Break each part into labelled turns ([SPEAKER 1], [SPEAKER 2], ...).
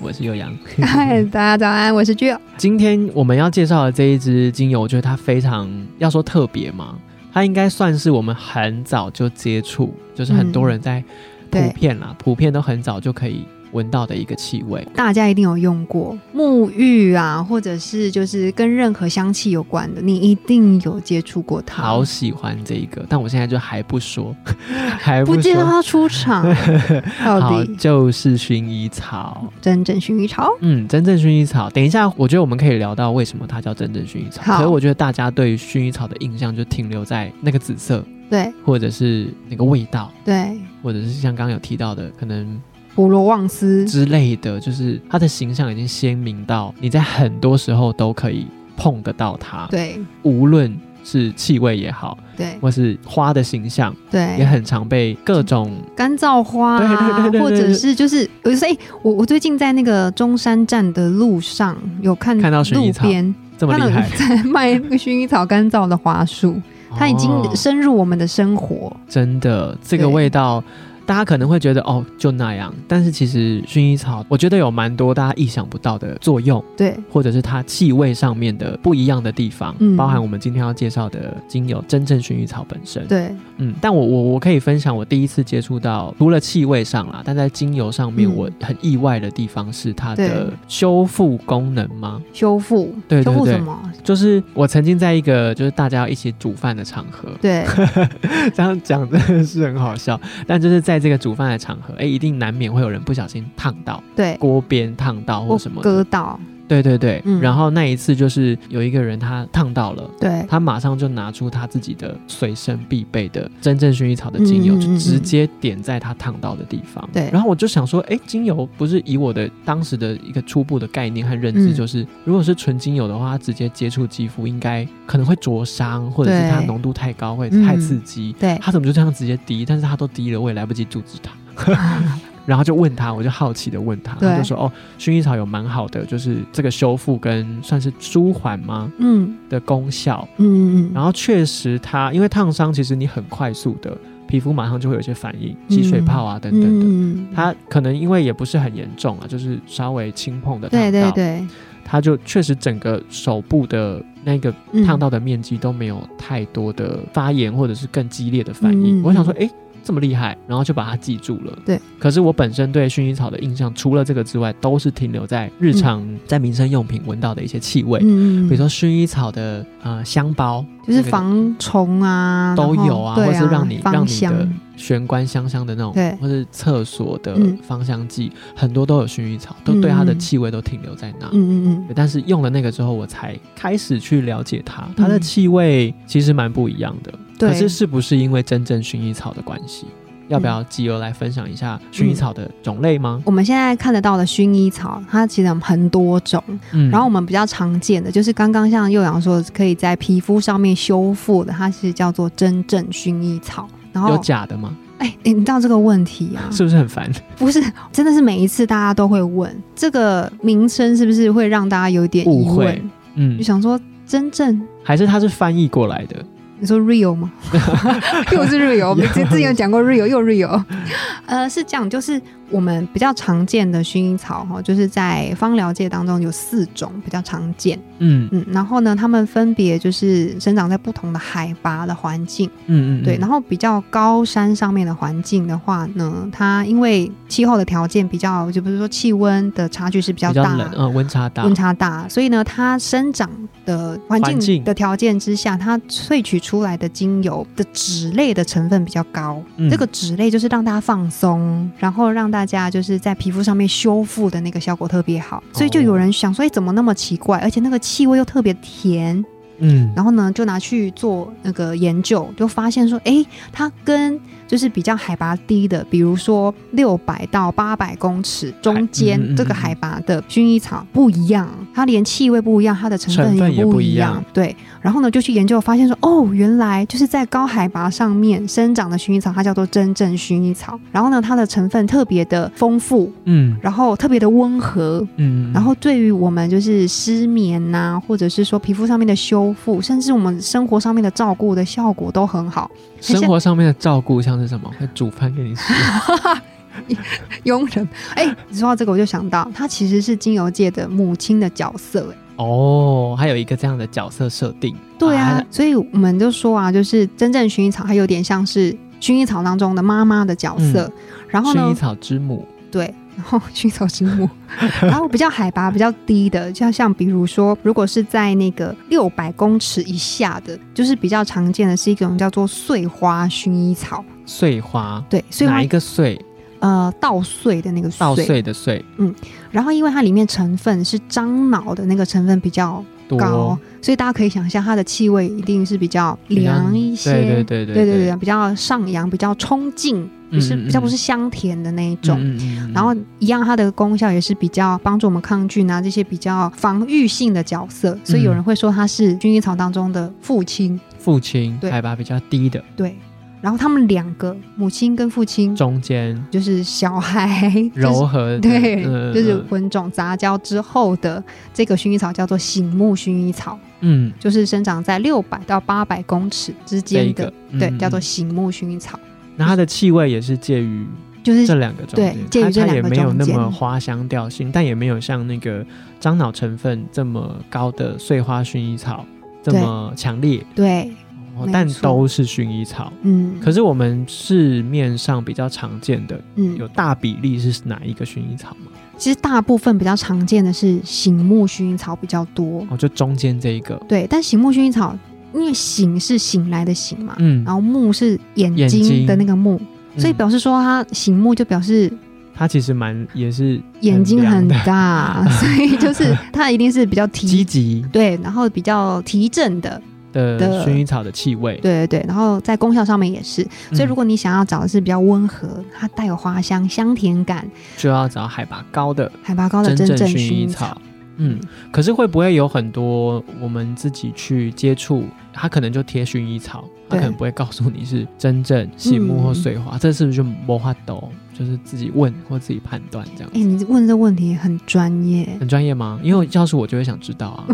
[SPEAKER 1] 我是幼阳。
[SPEAKER 2] 嗨，大家早安，我是具有。
[SPEAKER 1] 今天我们要介绍的这一支精油，我觉得它非常要说特别嘛，它应该算是我们很早就接触，就是很多人在
[SPEAKER 2] 嗯对
[SPEAKER 1] 普遍啦，普遍都很早就可以闻到的一个气味。
[SPEAKER 2] 大家一定有用过沐浴啊，或者是就是跟任何香气有关的，你一定有接触过它。
[SPEAKER 1] 好喜欢这一个，但我现在就还 不说，还
[SPEAKER 2] 不介绍
[SPEAKER 1] 说。
[SPEAKER 2] 它出场，到
[SPEAKER 1] 好，
[SPEAKER 2] 底
[SPEAKER 1] 就是薰衣草。
[SPEAKER 2] 真正薰衣草？
[SPEAKER 1] 嗯，真正薰衣草。等一下，我觉得我们可以聊到为什么它叫真正薰衣草。
[SPEAKER 2] 好
[SPEAKER 1] 可是我觉得大家对于薰衣草的印象就停留在那个紫色，
[SPEAKER 2] 对
[SPEAKER 1] 或者是那个味道，
[SPEAKER 2] 对，
[SPEAKER 1] 或者是像刚刚有提到的，可能
[SPEAKER 2] 普罗旺斯
[SPEAKER 1] 之类的，就是它的形象已经鲜明到你在很多时候都可以碰得到它，
[SPEAKER 2] 对
[SPEAKER 1] 无论是气味也好，
[SPEAKER 2] 对
[SPEAKER 1] 或是花的形象，也
[SPEAKER 2] 对，
[SPEAKER 1] 很常被各种
[SPEAKER 2] 干燥花、啊，
[SPEAKER 1] 对对对对对
[SPEAKER 2] 或者是就是有时候哎，我我最近在那个中山站的路上有看
[SPEAKER 1] 看到薰衣
[SPEAKER 2] 路
[SPEAKER 1] 草
[SPEAKER 2] 边，
[SPEAKER 1] 这么
[SPEAKER 2] 他
[SPEAKER 1] 厉
[SPEAKER 2] 们
[SPEAKER 1] 害，
[SPEAKER 2] 在卖那个薰衣草干燥的花束，它已经
[SPEAKER 1] 哦
[SPEAKER 2] 深入我们的生活。
[SPEAKER 1] 真的，这个
[SPEAKER 2] 对
[SPEAKER 1] 味道，大家可能会觉得哦，就那样。但是其实薰衣草，我觉得有蛮多大家意想不到的作用，
[SPEAKER 2] 对，
[SPEAKER 1] 或者是它气味上面的不一样的地方，
[SPEAKER 2] 嗯
[SPEAKER 1] 包含我们今天要介绍的精油真正薰衣草本身。
[SPEAKER 2] 对，
[SPEAKER 1] 嗯，但我我我可以分享我第一次接触到，除了气味上啦，但在精油上面，
[SPEAKER 2] 嗯
[SPEAKER 1] 我很意外的地方是它的
[SPEAKER 2] 对
[SPEAKER 1] 修复功能吗？
[SPEAKER 2] 修复，
[SPEAKER 1] 对对
[SPEAKER 2] 修复
[SPEAKER 1] 对
[SPEAKER 2] 什么？
[SPEAKER 1] 就是我曾经在一个就是大家要一起煮饭的场合，
[SPEAKER 2] 对
[SPEAKER 1] 这样讲真的是很好笑，但就是在这个煮饭的场合，哎、一定难免会有人不小心烫到
[SPEAKER 2] 对，
[SPEAKER 1] 锅边烫到或
[SPEAKER 2] 我
[SPEAKER 1] 什么的
[SPEAKER 2] 割到，
[SPEAKER 1] 对对对，
[SPEAKER 2] 哦嗯
[SPEAKER 1] 然后那一次就是有一个人他烫到了。
[SPEAKER 2] 对
[SPEAKER 1] 他马上就拿出他自己的随身必备的真正薰衣草的精油，
[SPEAKER 2] 嗯嗯嗯
[SPEAKER 1] 就直接点在他烫到的地方。
[SPEAKER 2] 对
[SPEAKER 1] 然后我就想说，哎，精油不是以我的当时的一个初步的概念和认知，
[SPEAKER 2] 嗯
[SPEAKER 1] 就是、如果是纯精油的话，它直接接触肌肤应该可能会灼伤，或者是
[SPEAKER 2] 对
[SPEAKER 1] 它浓度太高会
[SPEAKER 2] 嗯
[SPEAKER 1] 太刺激。
[SPEAKER 2] 对，
[SPEAKER 1] 他怎么就这样直接滴？但是他都滴了，我也来不及阻止他。 然后就问他，我就好奇的问他，
[SPEAKER 2] 对
[SPEAKER 1] 他就说：“哦，薰衣草有蛮好的，就是这个修复跟算是舒缓吗
[SPEAKER 2] 嗯
[SPEAKER 1] 的功效。
[SPEAKER 2] 嗯嗯，
[SPEAKER 1] 然后确实它，因为烫伤其实你很快速的皮肤马上就会有一些反应，起水泡啊等等的。
[SPEAKER 2] 嗯嗯嗯
[SPEAKER 1] 它可能因为也不是很严重啊，就是稍微轻碰的烫
[SPEAKER 2] 对
[SPEAKER 1] 到，
[SPEAKER 2] 对对，
[SPEAKER 1] 它就确实整个手部的那个
[SPEAKER 2] 嗯
[SPEAKER 1] 烫到的面积都没有太多的发炎或者是更激烈的反应。
[SPEAKER 2] 嗯
[SPEAKER 1] 我想说，诶，这么厉害，然后就把它记住了。
[SPEAKER 2] 对，
[SPEAKER 1] 可是我本身对薰衣草的印象，除了这个之外，都是停留在日常在民生用品闻到的一些气味，
[SPEAKER 2] 嗯嗯，嗯嗯
[SPEAKER 1] 比如说薰衣草的呃香包，
[SPEAKER 2] 就是
[SPEAKER 1] 那个
[SPEAKER 2] 防虫啊，
[SPEAKER 1] 都
[SPEAKER 2] 然后
[SPEAKER 1] 有啊，
[SPEAKER 2] 对
[SPEAKER 1] 或是让你让
[SPEAKER 2] 芳
[SPEAKER 1] 你的
[SPEAKER 2] 香，嗯
[SPEAKER 1] 玄关香香的那种
[SPEAKER 2] 对，
[SPEAKER 1] 或是厕所的
[SPEAKER 2] 嗯
[SPEAKER 1] 芳香剂，很多都有薰衣草，都对它的
[SPEAKER 2] 嗯嗯
[SPEAKER 1] 气味都停留在那。
[SPEAKER 2] 嗯嗯嗯，
[SPEAKER 1] 但是用了那个之后，我才开始去了解它，它的
[SPEAKER 2] 嗯
[SPEAKER 1] 气味其实蛮不一样的。可
[SPEAKER 2] 对，
[SPEAKER 1] 是是不是因为真正薰衣草的关系？要不
[SPEAKER 2] 嗯
[SPEAKER 1] 要吉儿来分享一下薰衣草的种类吗？
[SPEAKER 2] 我们现在看得到的薰衣草，它其实很多种。
[SPEAKER 1] 嗯，
[SPEAKER 2] 然后我们比较常见的就是刚刚像幼阳说，可以在皮肤上面修复的，它是叫做真正薰衣草。然后
[SPEAKER 1] 有，假的吗？
[SPEAKER 2] 哎、哎你知道这个问题啊？
[SPEAKER 1] 是不是很烦？
[SPEAKER 2] 不是，真的是每一次大家都会问这个名称，是不是会让大家有一点疑
[SPEAKER 1] 误会
[SPEAKER 2] 问？
[SPEAKER 1] 嗯
[SPEAKER 2] 就，想说，真正
[SPEAKER 1] 还是它是翻译过来的？
[SPEAKER 2] 你说 real 吗？又是 real，我们之前有讲过 real，又 real。呃，是这样，就是我们比较常见的薰衣草哈，就是在芳疗界当中有四种比较常见。
[SPEAKER 1] 嗯
[SPEAKER 2] 嗯，然后呢，它们分别就是生长在不同的海拔的环境，
[SPEAKER 1] 嗯嗯，
[SPEAKER 2] 对，然
[SPEAKER 1] 后
[SPEAKER 2] 后比较高山上面的环境的话呢，它因为气候的条件比较，就比如说气温的差距是比较
[SPEAKER 1] 比较
[SPEAKER 2] 大，
[SPEAKER 1] 冷，嗯，温差大，
[SPEAKER 2] 温差大，所以呢，它生长的环
[SPEAKER 1] 环
[SPEAKER 2] 境
[SPEAKER 1] 境
[SPEAKER 2] 的条件之下，它萃取出来的精油的脂类的成分比较高。
[SPEAKER 1] 嗯
[SPEAKER 2] 这个脂类就是让大家放松，然后让大家就是在皮肤上面修复的那个效果特别好。所
[SPEAKER 1] 哦
[SPEAKER 2] 以就有人想说，哎，怎么那么奇怪？而且那个气味又特别甜。
[SPEAKER 1] 嗯
[SPEAKER 2] 然后呢，就拿去做那个研究，就发现说，哎，它跟就是比较海拔低的，比如说六百到八百公尺中间
[SPEAKER 1] 嗯嗯嗯
[SPEAKER 2] 这个海拔的薰衣草不一样，它连气味不一样，它的成
[SPEAKER 1] 成分
[SPEAKER 2] 分
[SPEAKER 1] 也
[SPEAKER 2] 也
[SPEAKER 1] 不
[SPEAKER 2] 不
[SPEAKER 1] 一
[SPEAKER 2] 一
[SPEAKER 1] 样
[SPEAKER 2] 样。对，然后呢就去研究，发现说哦，原来就是在高海拔上面生长的薰衣草，它叫做真正薰衣草。然后呢，它的成分特别的丰富，
[SPEAKER 1] 嗯
[SPEAKER 2] 然后特别的温和，
[SPEAKER 1] 嗯，
[SPEAKER 2] 然后对于我们就是失眠呐、或者是说皮肤上面的修复，甚至我们生活上面的照顾的效果都很好。
[SPEAKER 1] 生活上面的照顾像是什么？会煮饭给你 吃，
[SPEAKER 2] 佣人，哎、你说到这个我就想到，她其实是精油界的母亲的角色、
[SPEAKER 1] 啊
[SPEAKER 2] 哎
[SPEAKER 1] 哦，还有一个这样的角色设定，
[SPEAKER 2] 对啊
[SPEAKER 1] 它，
[SPEAKER 2] 所以我们就说啊，就是真正薰衣草，它有点像是薰衣草当中的妈妈的角色。然后
[SPEAKER 1] 嗯薰衣
[SPEAKER 2] 呢，
[SPEAKER 1] 草之母，
[SPEAKER 2] 对，然后 薰衣草之母，然后比较海拔比较低的，就像比如说，如果是在那个六百公尺以下的，就是比较常见的是一种叫做碎花薰衣草。
[SPEAKER 1] 碎花，
[SPEAKER 2] 对，碎花
[SPEAKER 1] 哪一个碎？
[SPEAKER 2] 呃稻穗的那个
[SPEAKER 1] 稻穗的穗
[SPEAKER 2] 然后因为它里面成分是樟脑的那个成分比较
[SPEAKER 1] 多，
[SPEAKER 2] 高，所以大家可以想象它的气味一定是比较
[SPEAKER 1] 比较
[SPEAKER 2] 凉一些，
[SPEAKER 1] 对对对
[SPEAKER 2] 对对对，比较上扬，比较冲劲，就是比较不是香甜的那一种。
[SPEAKER 1] 嗯嗯嗯嗯
[SPEAKER 2] 然后一样，它的功效也是比较帮助我们抗菌啊，这些比较防御性的角色，
[SPEAKER 1] 嗯
[SPEAKER 2] 所以有人会说它是薰衣草当中的父亲。
[SPEAKER 1] 父亲
[SPEAKER 2] 对
[SPEAKER 1] 海拔比较低的
[SPEAKER 2] 对，然后他们两个母亲跟父亲
[SPEAKER 1] 中间
[SPEAKER 2] 就是小孩，就是
[SPEAKER 1] 柔和的，
[SPEAKER 2] 对，
[SPEAKER 1] 嗯
[SPEAKER 2] 就是混种杂交之后的这个薰衣草叫做醒目薰衣草，
[SPEAKER 1] 嗯
[SPEAKER 2] 就是生长在六百到八百公尺之
[SPEAKER 1] 这一
[SPEAKER 2] 间
[SPEAKER 1] 个
[SPEAKER 2] 的，对，
[SPEAKER 1] 嗯
[SPEAKER 2] 叫做
[SPEAKER 1] 嗯
[SPEAKER 2] 醒目薰衣草，
[SPEAKER 1] 那它的气味也是介于
[SPEAKER 2] 就是
[SPEAKER 1] 这两个中
[SPEAKER 2] 对
[SPEAKER 1] 间，
[SPEAKER 2] 介于
[SPEAKER 1] 它
[SPEAKER 2] 这
[SPEAKER 1] 它
[SPEAKER 2] 两
[SPEAKER 1] 也
[SPEAKER 2] 个
[SPEAKER 1] 没有
[SPEAKER 2] 中
[SPEAKER 1] 那
[SPEAKER 2] 间
[SPEAKER 1] 么花香调性，但也没有像那个樟脑成分这么高的碎花薰衣草这
[SPEAKER 2] 对
[SPEAKER 1] 么强烈，
[SPEAKER 2] 对，
[SPEAKER 1] 哦
[SPEAKER 2] 没
[SPEAKER 1] 但
[SPEAKER 2] 错
[SPEAKER 1] 都是薰衣草。
[SPEAKER 2] 嗯，
[SPEAKER 1] 可是我们市面上比较常见的有
[SPEAKER 2] 嗯，
[SPEAKER 1] 大比例是哪一个薰衣草吗？
[SPEAKER 2] 其实大部分比较常见的是醒目薰衣草比较多，
[SPEAKER 1] 哦，就中间这一个，
[SPEAKER 2] 对，但醒目薰衣草因为醒是醒来的醒嘛，
[SPEAKER 1] 嗯，
[SPEAKER 2] 然后目是眼
[SPEAKER 1] 眼睛
[SPEAKER 2] 睛的那个目，哦所以
[SPEAKER 1] 嗯
[SPEAKER 2] 表示说它醒目就表示
[SPEAKER 1] 它其实蛮也是
[SPEAKER 2] 眼睛
[SPEAKER 1] 很
[SPEAKER 2] 很
[SPEAKER 1] 亮的
[SPEAKER 2] 大， 所以就是它一定是比较
[SPEAKER 1] 积
[SPEAKER 2] 提
[SPEAKER 1] 极
[SPEAKER 2] 对，然后比较提振的，
[SPEAKER 1] 的
[SPEAKER 2] 的
[SPEAKER 1] 薰衣草的气味。嗯
[SPEAKER 2] 对对对，然后在功效上面也是，所以如
[SPEAKER 1] 果
[SPEAKER 2] 果你想要找的是比较温和，它带有花香、香甜感，
[SPEAKER 1] 就要找海拔高的
[SPEAKER 2] 海拔高的
[SPEAKER 1] 真
[SPEAKER 2] 真
[SPEAKER 1] 正
[SPEAKER 2] 正
[SPEAKER 1] 薰
[SPEAKER 2] 薰
[SPEAKER 1] 衣
[SPEAKER 2] 衣
[SPEAKER 1] 草
[SPEAKER 2] 草，。
[SPEAKER 1] 嗯，可是会不会有很多我们自己去接触，它可能就贴薰衣草，它
[SPEAKER 2] 对嗯
[SPEAKER 1] 可能不会告诉你是真正醒目或水花，这是不是就没法懂？就是自己问或自己判断这样
[SPEAKER 2] 哎、。你问这问题很专业，
[SPEAKER 1] 很专业吗？因为要是我就会想知道 啊，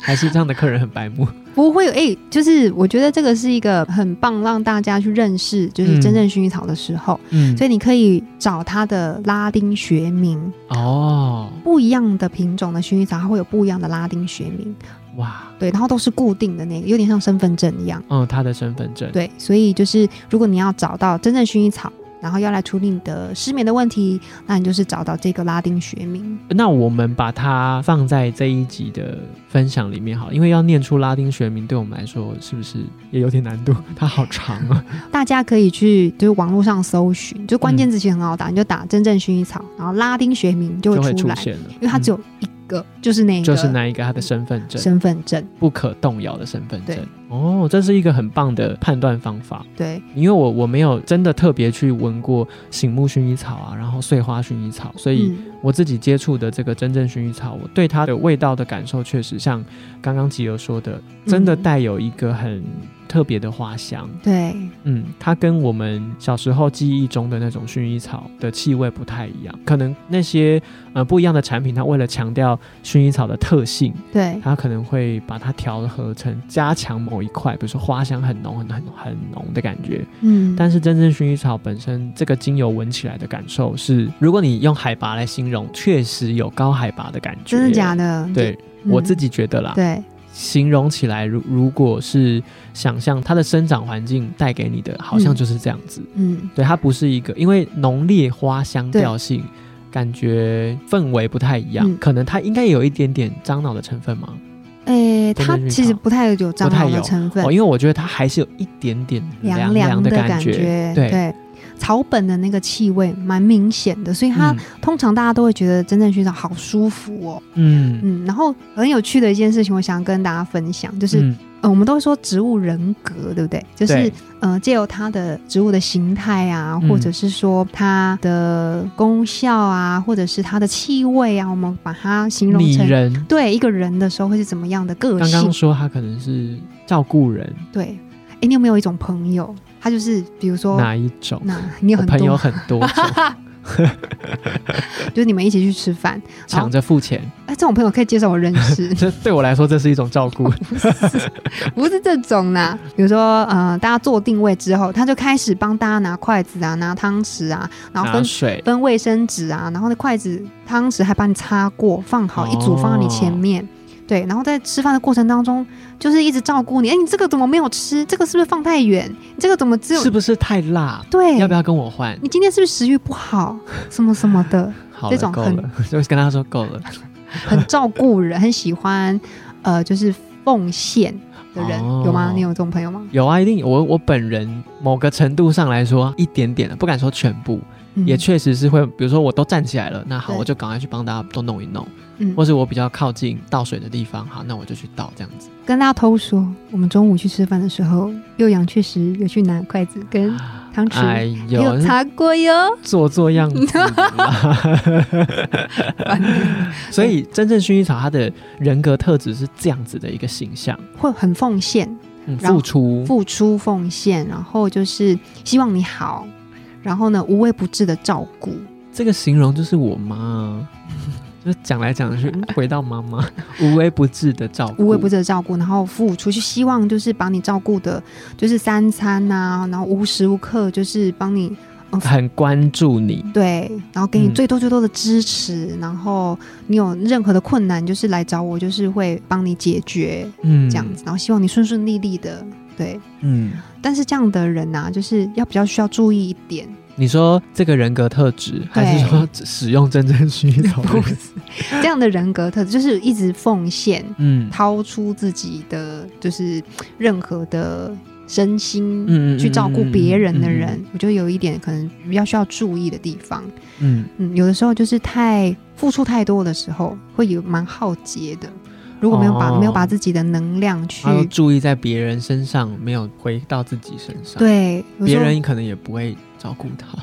[SPEAKER 1] 还是这样的客人很白目。
[SPEAKER 2] 不会有哎、就是我觉得这个是一个很棒，让大家去认识就是真正薰衣草的时候，
[SPEAKER 1] 嗯，
[SPEAKER 2] 所以你可以找它的拉丁学名，
[SPEAKER 1] 哦，
[SPEAKER 2] 不一样的品种的薰衣草，它会有不一样的拉丁学名，
[SPEAKER 1] 哇，
[SPEAKER 2] 对，然后都是固定的那个，有点像身份证一样。
[SPEAKER 1] 嗯，他的身份证，
[SPEAKER 2] 对，所以就是如果你要找到真正薰衣草，然后要来处理你的失眠的问题，那你就是找到这个拉丁学名。
[SPEAKER 1] 那我们把它放在这一集的分享里面好了，因为要念出拉丁学名，对我们来说是不是也有点难度？ 它好长啊。
[SPEAKER 2] 大家可以去就是网络上搜寻，就关键字其实很好打，你就打真正薰衣草，然后拉丁学名 就
[SPEAKER 1] 就会
[SPEAKER 2] 会出
[SPEAKER 1] 出
[SPEAKER 2] 来，
[SPEAKER 1] 现了，
[SPEAKER 2] 因为它只有一个，就是那
[SPEAKER 1] 嗯、
[SPEAKER 2] 一个
[SPEAKER 1] 就是那一个他的身份证，
[SPEAKER 2] 身份证。
[SPEAKER 1] 不可动摇的身份证
[SPEAKER 2] 对。
[SPEAKER 1] 哦，这是一个很棒的判断方法，
[SPEAKER 2] 对，
[SPEAKER 1] 因为我我没有真的特别去闻过醒目薰衣草啊，然后碎花薰衣草，所以
[SPEAKER 2] 嗯，
[SPEAKER 1] 我自己接触的这个真正薰衣草，我对它的味道的感受确实像刚刚吉儿说的，真的带有一个很特别的花香。
[SPEAKER 2] 对，
[SPEAKER 1] 嗯，它跟我们小时候记忆中的那种薰衣草的气味不太一样。嗯可能那些呃不一样的产品，它为了强调薰衣草的特性，
[SPEAKER 2] 对，
[SPEAKER 1] 它可能会把它调和成加强某一块，比如说花香很浓、很很很浓的感觉。
[SPEAKER 2] 嗯，
[SPEAKER 1] 但是真正薰衣草本身这个精油闻起来的感受是，如果你用海拔来形容，确实有高海拔的感觉。
[SPEAKER 2] 真的假？的？
[SPEAKER 1] 对、
[SPEAKER 2] 嗯
[SPEAKER 1] 我自己觉得啦，
[SPEAKER 2] 对，
[SPEAKER 1] 形容起来，如如果是想象它的生长环境带给你的，好像就是这样子。
[SPEAKER 2] 嗯，
[SPEAKER 1] 对，它不是一个，因为浓烈花香调性，感觉氛围不太一样，
[SPEAKER 2] 嗯
[SPEAKER 1] 可能它应该有一点点樟脑的成分嘛。
[SPEAKER 2] 诶，
[SPEAKER 1] 真
[SPEAKER 2] 它
[SPEAKER 1] 正薰衣
[SPEAKER 2] 其实
[SPEAKER 1] 草
[SPEAKER 2] 不太有樟
[SPEAKER 1] 太
[SPEAKER 2] 脑的
[SPEAKER 1] 有
[SPEAKER 2] 成分
[SPEAKER 1] 哦，，因为我觉得它还是有一点点
[SPEAKER 2] 凉
[SPEAKER 1] 凉
[SPEAKER 2] 凉
[SPEAKER 1] 的
[SPEAKER 2] 的
[SPEAKER 1] 感
[SPEAKER 2] 感
[SPEAKER 1] 觉。
[SPEAKER 2] 觉，
[SPEAKER 1] 对
[SPEAKER 2] 草本的那个气味蛮明显的，所以它、
[SPEAKER 1] 嗯
[SPEAKER 2] 通常大家都会觉得真正薰衣草好舒服哦。
[SPEAKER 1] 嗯
[SPEAKER 2] 嗯，然后很有趣的一件事情，我想跟大家分享，就是、
[SPEAKER 1] 嗯
[SPEAKER 2] 呃呃，我们都会说植物人格，对不对？就是
[SPEAKER 1] 对
[SPEAKER 2] 呃，借由它的植物的形态啊，
[SPEAKER 1] 嗯
[SPEAKER 2] 或者是说它的功效啊，或者是它的气味啊，我们把它形容
[SPEAKER 1] 拟
[SPEAKER 2] 成
[SPEAKER 1] 人。
[SPEAKER 2] 对一个人的时候会是怎么样的个
[SPEAKER 1] 刚
[SPEAKER 2] 性？
[SPEAKER 1] 刚说他可能是照顾人
[SPEAKER 2] 对，哎，你有没有一种朋友，他就是比如说，
[SPEAKER 1] 哪一种？
[SPEAKER 2] 那你有
[SPEAKER 1] 我
[SPEAKER 2] 很
[SPEAKER 1] 朋友
[SPEAKER 2] 多，
[SPEAKER 1] 很多种，
[SPEAKER 2] 就是你们一起去吃饭，
[SPEAKER 1] 抢着付钱，
[SPEAKER 2] 哎，这种朋友可以介绍我认识
[SPEAKER 1] ，这对我来说这是一种照
[SPEAKER 2] 哦
[SPEAKER 1] 顾。
[SPEAKER 2] 不是这种啦。比如说，呃，大家做定位之后，他就开始帮大家拿筷子啊、拿汤匙啊，然后
[SPEAKER 1] 拿
[SPEAKER 2] 分
[SPEAKER 1] 水，
[SPEAKER 2] 分卫生纸啊，然后那筷子、汤匙还帮你擦过，放好一组放在你前面。
[SPEAKER 1] 哦
[SPEAKER 2] 对，然后在吃饭的过程当中，就是一直照顾你。哎，你这个怎么没有吃？这个是不是放太远？你这个怎么只有
[SPEAKER 1] 是不是太辣？
[SPEAKER 2] 对？
[SPEAKER 1] 要不要跟我换？
[SPEAKER 2] 你今天是不是食欲不好？什么什么 的，
[SPEAKER 1] 好
[SPEAKER 2] 这
[SPEAKER 1] 了，
[SPEAKER 2] 种
[SPEAKER 1] 够
[SPEAKER 2] 很
[SPEAKER 1] 了，就跟他说够了。
[SPEAKER 2] 很照顾人，很喜欢，呃，就是奉献的人、
[SPEAKER 1] 哦
[SPEAKER 2] 有吗？你有这种朋友吗？
[SPEAKER 1] 有啊，一定有我我本人某个程度上来说，一点点的，不敢说全部，
[SPEAKER 2] 嗯
[SPEAKER 1] 也确实是会，比如说我都站起来了，那好，
[SPEAKER 2] 对
[SPEAKER 1] 我就赶快去帮大家都弄一弄，
[SPEAKER 2] 嗯
[SPEAKER 1] 或是我比较靠近倒水的地方，好，那我就去倒这样子。
[SPEAKER 2] 跟大家偷说，我们中午去吃饭的时候，幼阳确实有去拿筷子跟汤匙，
[SPEAKER 1] 哎
[SPEAKER 2] 也有
[SPEAKER 1] 呦，
[SPEAKER 2] 擦过哟。
[SPEAKER 1] 做做样子啦。所以，真正薰衣草它的人格特质是这样子的一个形象，
[SPEAKER 2] 会很奉献、
[SPEAKER 1] 嗯，
[SPEAKER 2] 然后
[SPEAKER 1] 付出，
[SPEAKER 2] 付出、奉献，然后就是希望你好，然后呢无微不至的照顾。
[SPEAKER 1] 这个形容就是我妈啊， 就是讲来讲去回到妈妈，无微不至的照
[SPEAKER 2] 嗯
[SPEAKER 1] 顾，
[SPEAKER 2] 无微不至的照顾，然后付出，就希望就是把你照顾的，就是三餐呐、然后无时无刻就是帮你
[SPEAKER 1] 很关注你，
[SPEAKER 2] 对，然后给你
[SPEAKER 1] 嗯
[SPEAKER 2] 最多最多的支持，然后你有任何的困难就是来找我，就是会帮你解决
[SPEAKER 1] 嗯，
[SPEAKER 2] 这样子，然后希望你顺顺利利的，对。
[SPEAKER 1] 嗯，
[SPEAKER 2] 但是这样的人呐、就是要比较需要注意一点，
[SPEAKER 1] 你说这个人格特质，还是说使用真正薰衣草的
[SPEAKER 2] 不
[SPEAKER 1] 人？
[SPEAKER 2] 是这样的人格特质，就是一直奉献，
[SPEAKER 1] 嗯
[SPEAKER 2] 掏出自己的就是任何的身心。
[SPEAKER 1] 嗯
[SPEAKER 2] 去照顾别人的人，
[SPEAKER 1] 嗯
[SPEAKER 2] 我觉得有一点可能比较需要注意的地方。
[SPEAKER 1] 嗯
[SPEAKER 2] 嗯，有的时候就是太付出太多的时候，会有蛮耗竭的。如果没有把、
[SPEAKER 1] 哦
[SPEAKER 2] 没有把自己的能量去
[SPEAKER 1] 他要注意在别人身上，没有回到自己身上，，
[SPEAKER 2] 对，有时
[SPEAKER 1] 别
[SPEAKER 2] 候
[SPEAKER 1] 人可能也不会照顾他，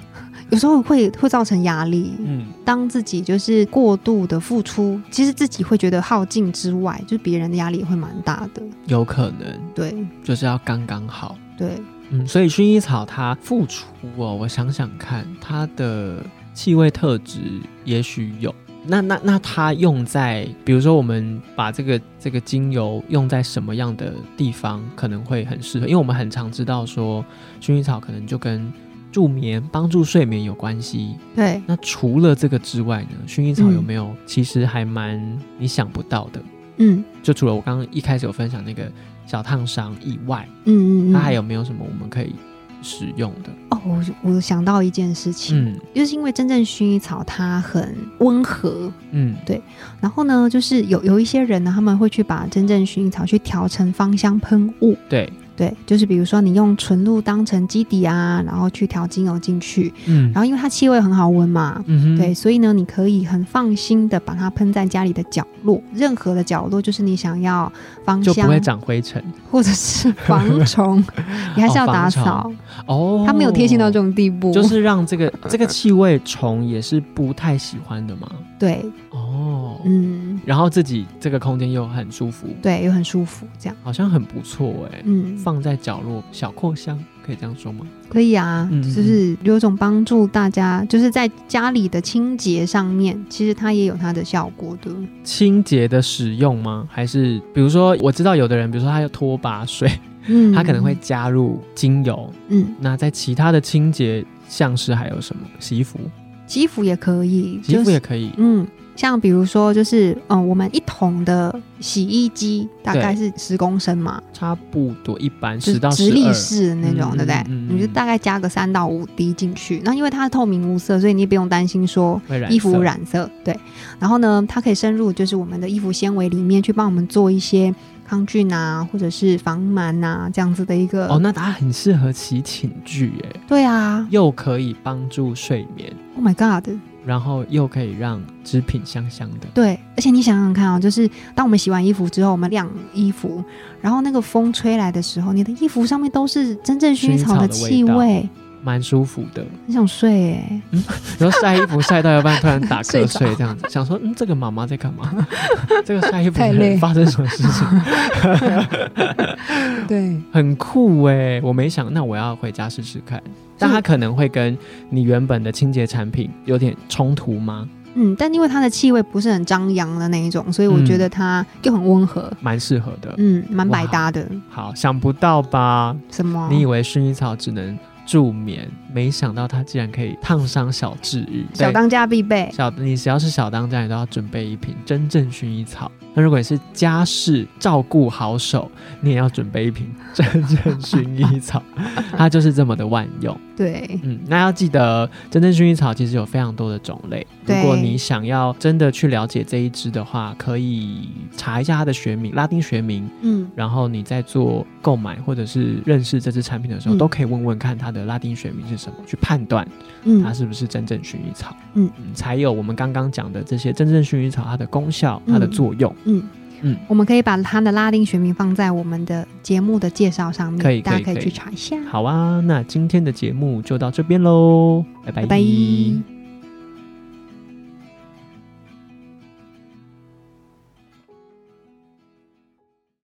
[SPEAKER 2] 有时候会会造成压力。
[SPEAKER 1] 嗯，
[SPEAKER 2] 当自己就是过度的付出，其实自己会觉得耗尽之外，就是别人的压力也会蛮大的。
[SPEAKER 1] 有可能
[SPEAKER 2] 对
[SPEAKER 1] 就是要刚刚好。
[SPEAKER 2] 对，
[SPEAKER 1] 嗯，所以薰衣草它付出哦，我想想看，它的气味特质也许有。那那那它用在，比如说我们把这个这个精油用在什么样的地方可能会很适合？因为我们很常知道说薰衣草可能就跟助眠、帮助睡眠有关系。
[SPEAKER 2] 对，
[SPEAKER 1] 那除了这个之外呢，薰衣草
[SPEAKER 2] 嗯
[SPEAKER 1] 有没有其实还蛮你想不到的？
[SPEAKER 2] 嗯
[SPEAKER 1] 就除了我刚刚一开始有分享那个小烫伤以外，
[SPEAKER 2] 嗯嗯嗯。
[SPEAKER 1] 它还有没有什么我们可以使用的？
[SPEAKER 2] 哦，我我想到一件事情，
[SPEAKER 1] 嗯
[SPEAKER 2] 就是因为真正薰衣草它很温和，
[SPEAKER 1] 嗯
[SPEAKER 2] 然后呢，就是有有一些人呢，他们会去把真正薰衣草去调成芳香喷雾，
[SPEAKER 1] 对，
[SPEAKER 2] 对，就是比如说你用纯露当成基底啊，然后去调精油进去，
[SPEAKER 1] 嗯
[SPEAKER 2] 然后因为它气味很好闻嘛。
[SPEAKER 1] 嗯哼
[SPEAKER 2] 对，所以呢，你可以很放心的把它喷在家里的角落，任何的角落，就是你想要芳
[SPEAKER 1] 就不
[SPEAKER 2] 香
[SPEAKER 1] 会长灰尘
[SPEAKER 2] 或者是防 虫，你还是要打扫。
[SPEAKER 1] 哦。
[SPEAKER 2] 他没有贴心到这，种地步，
[SPEAKER 1] 就是让这个这个气味虫也是不太喜欢的嘛。
[SPEAKER 2] 对，
[SPEAKER 1] 哦，
[SPEAKER 2] 嗯，
[SPEAKER 1] 然后自己这个空间又很舒服，
[SPEAKER 2] 对，又很舒服，这样，
[SPEAKER 1] 好像很不错哎。
[SPEAKER 2] 嗯，
[SPEAKER 1] 放在角落小扩香，可以这样说吗？
[SPEAKER 2] 可以啊，
[SPEAKER 1] 嗯
[SPEAKER 2] 就是有一种帮助大家，就是在家里的清洁上面，其实它也有它的效果的。
[SPEAKER 1] 清洁的使用吗？还是比如说，我知道有的人，比如说他要拖把水，
[SPEAKER 2] 嗯
[SPEAKER 1] 他可能会，加入精油。
[SPEAKER 2] 嗯，
[SPEAKER 1] 那在其他的清洁像是还有什么？洗衣服，
[SPEAKER 2] 洗衣服也可以，
[SPEAKER 1] 洗衣服也
[SPEAKER 2] 就是、
[SPEAKER 1] 可以。
[SPEAKER 2] 嗯。像比如说，就是嗯、呃我们一桶的洗衣机大概是十公升嘛，
[SPEAKER 1] 差不多一般
[SPEAKER 2] 就
[SPEAKER 1] 十
[SPEAKER 2] 是
[SPEAKER 1] 到
[SPEAKER 2] 直
[SPEAKER 1] 十
[SPEAKER 2] 立
[SPEAKER 1] 二，
[SPEAKER 2] 式的那种，
[SPEAKER 1] 嗯
[SPEAKER 2] 对不对？
[SPEAKER 1] 嗯嗯嗯
[SPEAKER 2] 你就大概加个三到五滴进去。那因为它透明无色，所以你也不用担心说
[SPEAKER 1] 会染
[SPEAKER 2] 衣服
[SPEAKER 1] 色，
[SPEAKER 2] 染色，对。然后呢，它可以深入就是我们的衣服纤维里面去帮我们做一些抗菌啊，或者是防螨啊这样子的一个。
[SPEAKER 1] 哦，那它很适合洗寝具耶，
[SPEAKER 2] 对啊
[SPEAKER 1] 又可以帮助睡眠，
[SPEAKER 2] ，Oh my God，
[SPEAKER 1] 然后又可以让织品香香的。
[SPEAKER 2] 对，而且你想想看啊、就是当我们洗完衣服之后，我们晾衣服，然后那个风吹来的时候，你的衣服上面都是真正薰衣草的气
[SPEAKER 1] 薰衣草的
[SPEAKER 2] 味，
[SPEAKER 1] 蛮舒服的。
[SPEAKER 2] 很想睡哎、
[SPEAKER 1] 然后晒衣服晒到一半，突然打瞌
[SPEAKER 2] 睡
[SPEAKER 1] 睡，
[SPEAKER 2] 着
[SPEAKER 1] 这样子想说，嗯，这个妈妈在干嘛？ 这个晒衣服
[SPEAKER 2] 太
[SPEAKER 1] 的
[SPEAKER 2] 累
[SPEAKER 1] 人发生什么事情？
[SPEAKER 2] 对，
[SPEAKER 1] 很酷哎、我没想，那我要回家试试看。但它可能会跟你原本的清洁产品有点冲突吗？
[SPEAKER 2] 嗯，但因为它的气味不是很张扬的那一种，所以我
[SPEAKER 1] 嗯
[SPEAKER 2] 觉得它又很温和，
[SPEAKER 1] 蛮适合的。
[SPEAKER 2] 嗯，蛮百
[SPEAKER 1] 哇
[SPEAKER 2] 搭的。
[SPEAKER 1] 好，想不到吧？
[SPEAKER 2] 什么？
[SPEAKER 1] 你以为薰衣草只能助眠，没想到它竟然可以烫伤小治愈。
[SPEAKER 2] 小
[SPEAKER 1] 对
[SPEAKER 2] 当家必备，
[SPEAKER 1] 小，你只要是小当家，你都要准备一瓶真正薰衣草。那如果你是家事照顾好手，你也要准备一瓶真正薰衣草，它就是这么的万用。
[SPEAKER 2] 对，
[SPEAKER 1] 嗯，那要记得，真正薰衣草其实有非常多的种类。如
[SPEAKER 2] 对
[SPEAKER 1] 果你想要真的去了解这一支的话，可以查一下它的学名，拉丁学名，
[SPEAKER 2] 嗯，
[SPEAKER 1] 然后你在做购买或者是认识这支产品的时候，
[SPEAKER 2] 嗯
[SPEAKER 1] 都可以问问看它的拉丁学名是什么，去判断它
[SPEAKER 2] 嗯，
[SPEAKER 1] 是不是真正薰衣草。
[SPEAKER 2] 嗯
[SPEAKER 1] 才有我们刚刚讲的这些真正薰衣草它的功效、它的
[SPEAKER 2] 嗯
[SPEAKER 1] 作用。
[SPEAKER 2] 嗯，
[SPEAKER 1] 嗯
[SPEAKER 2] 我们可以把它的拉丁学名放在我们的节目的介绍上面，
[SPEAKER 1] 可以
[SPEAKER 2] 大家
[SPEAKER 1] 可
[SPEAKER 2] 可
[SPEAKER 1] 以
[SPEAKER 2] 以
[SPEAKER 1] 可以
[SPEAKER 2] 去查一下。
[SPEAKER 1] 好啊，那今天的节目就到这边喽，拜拜
[SPEAKER 2] 拜拜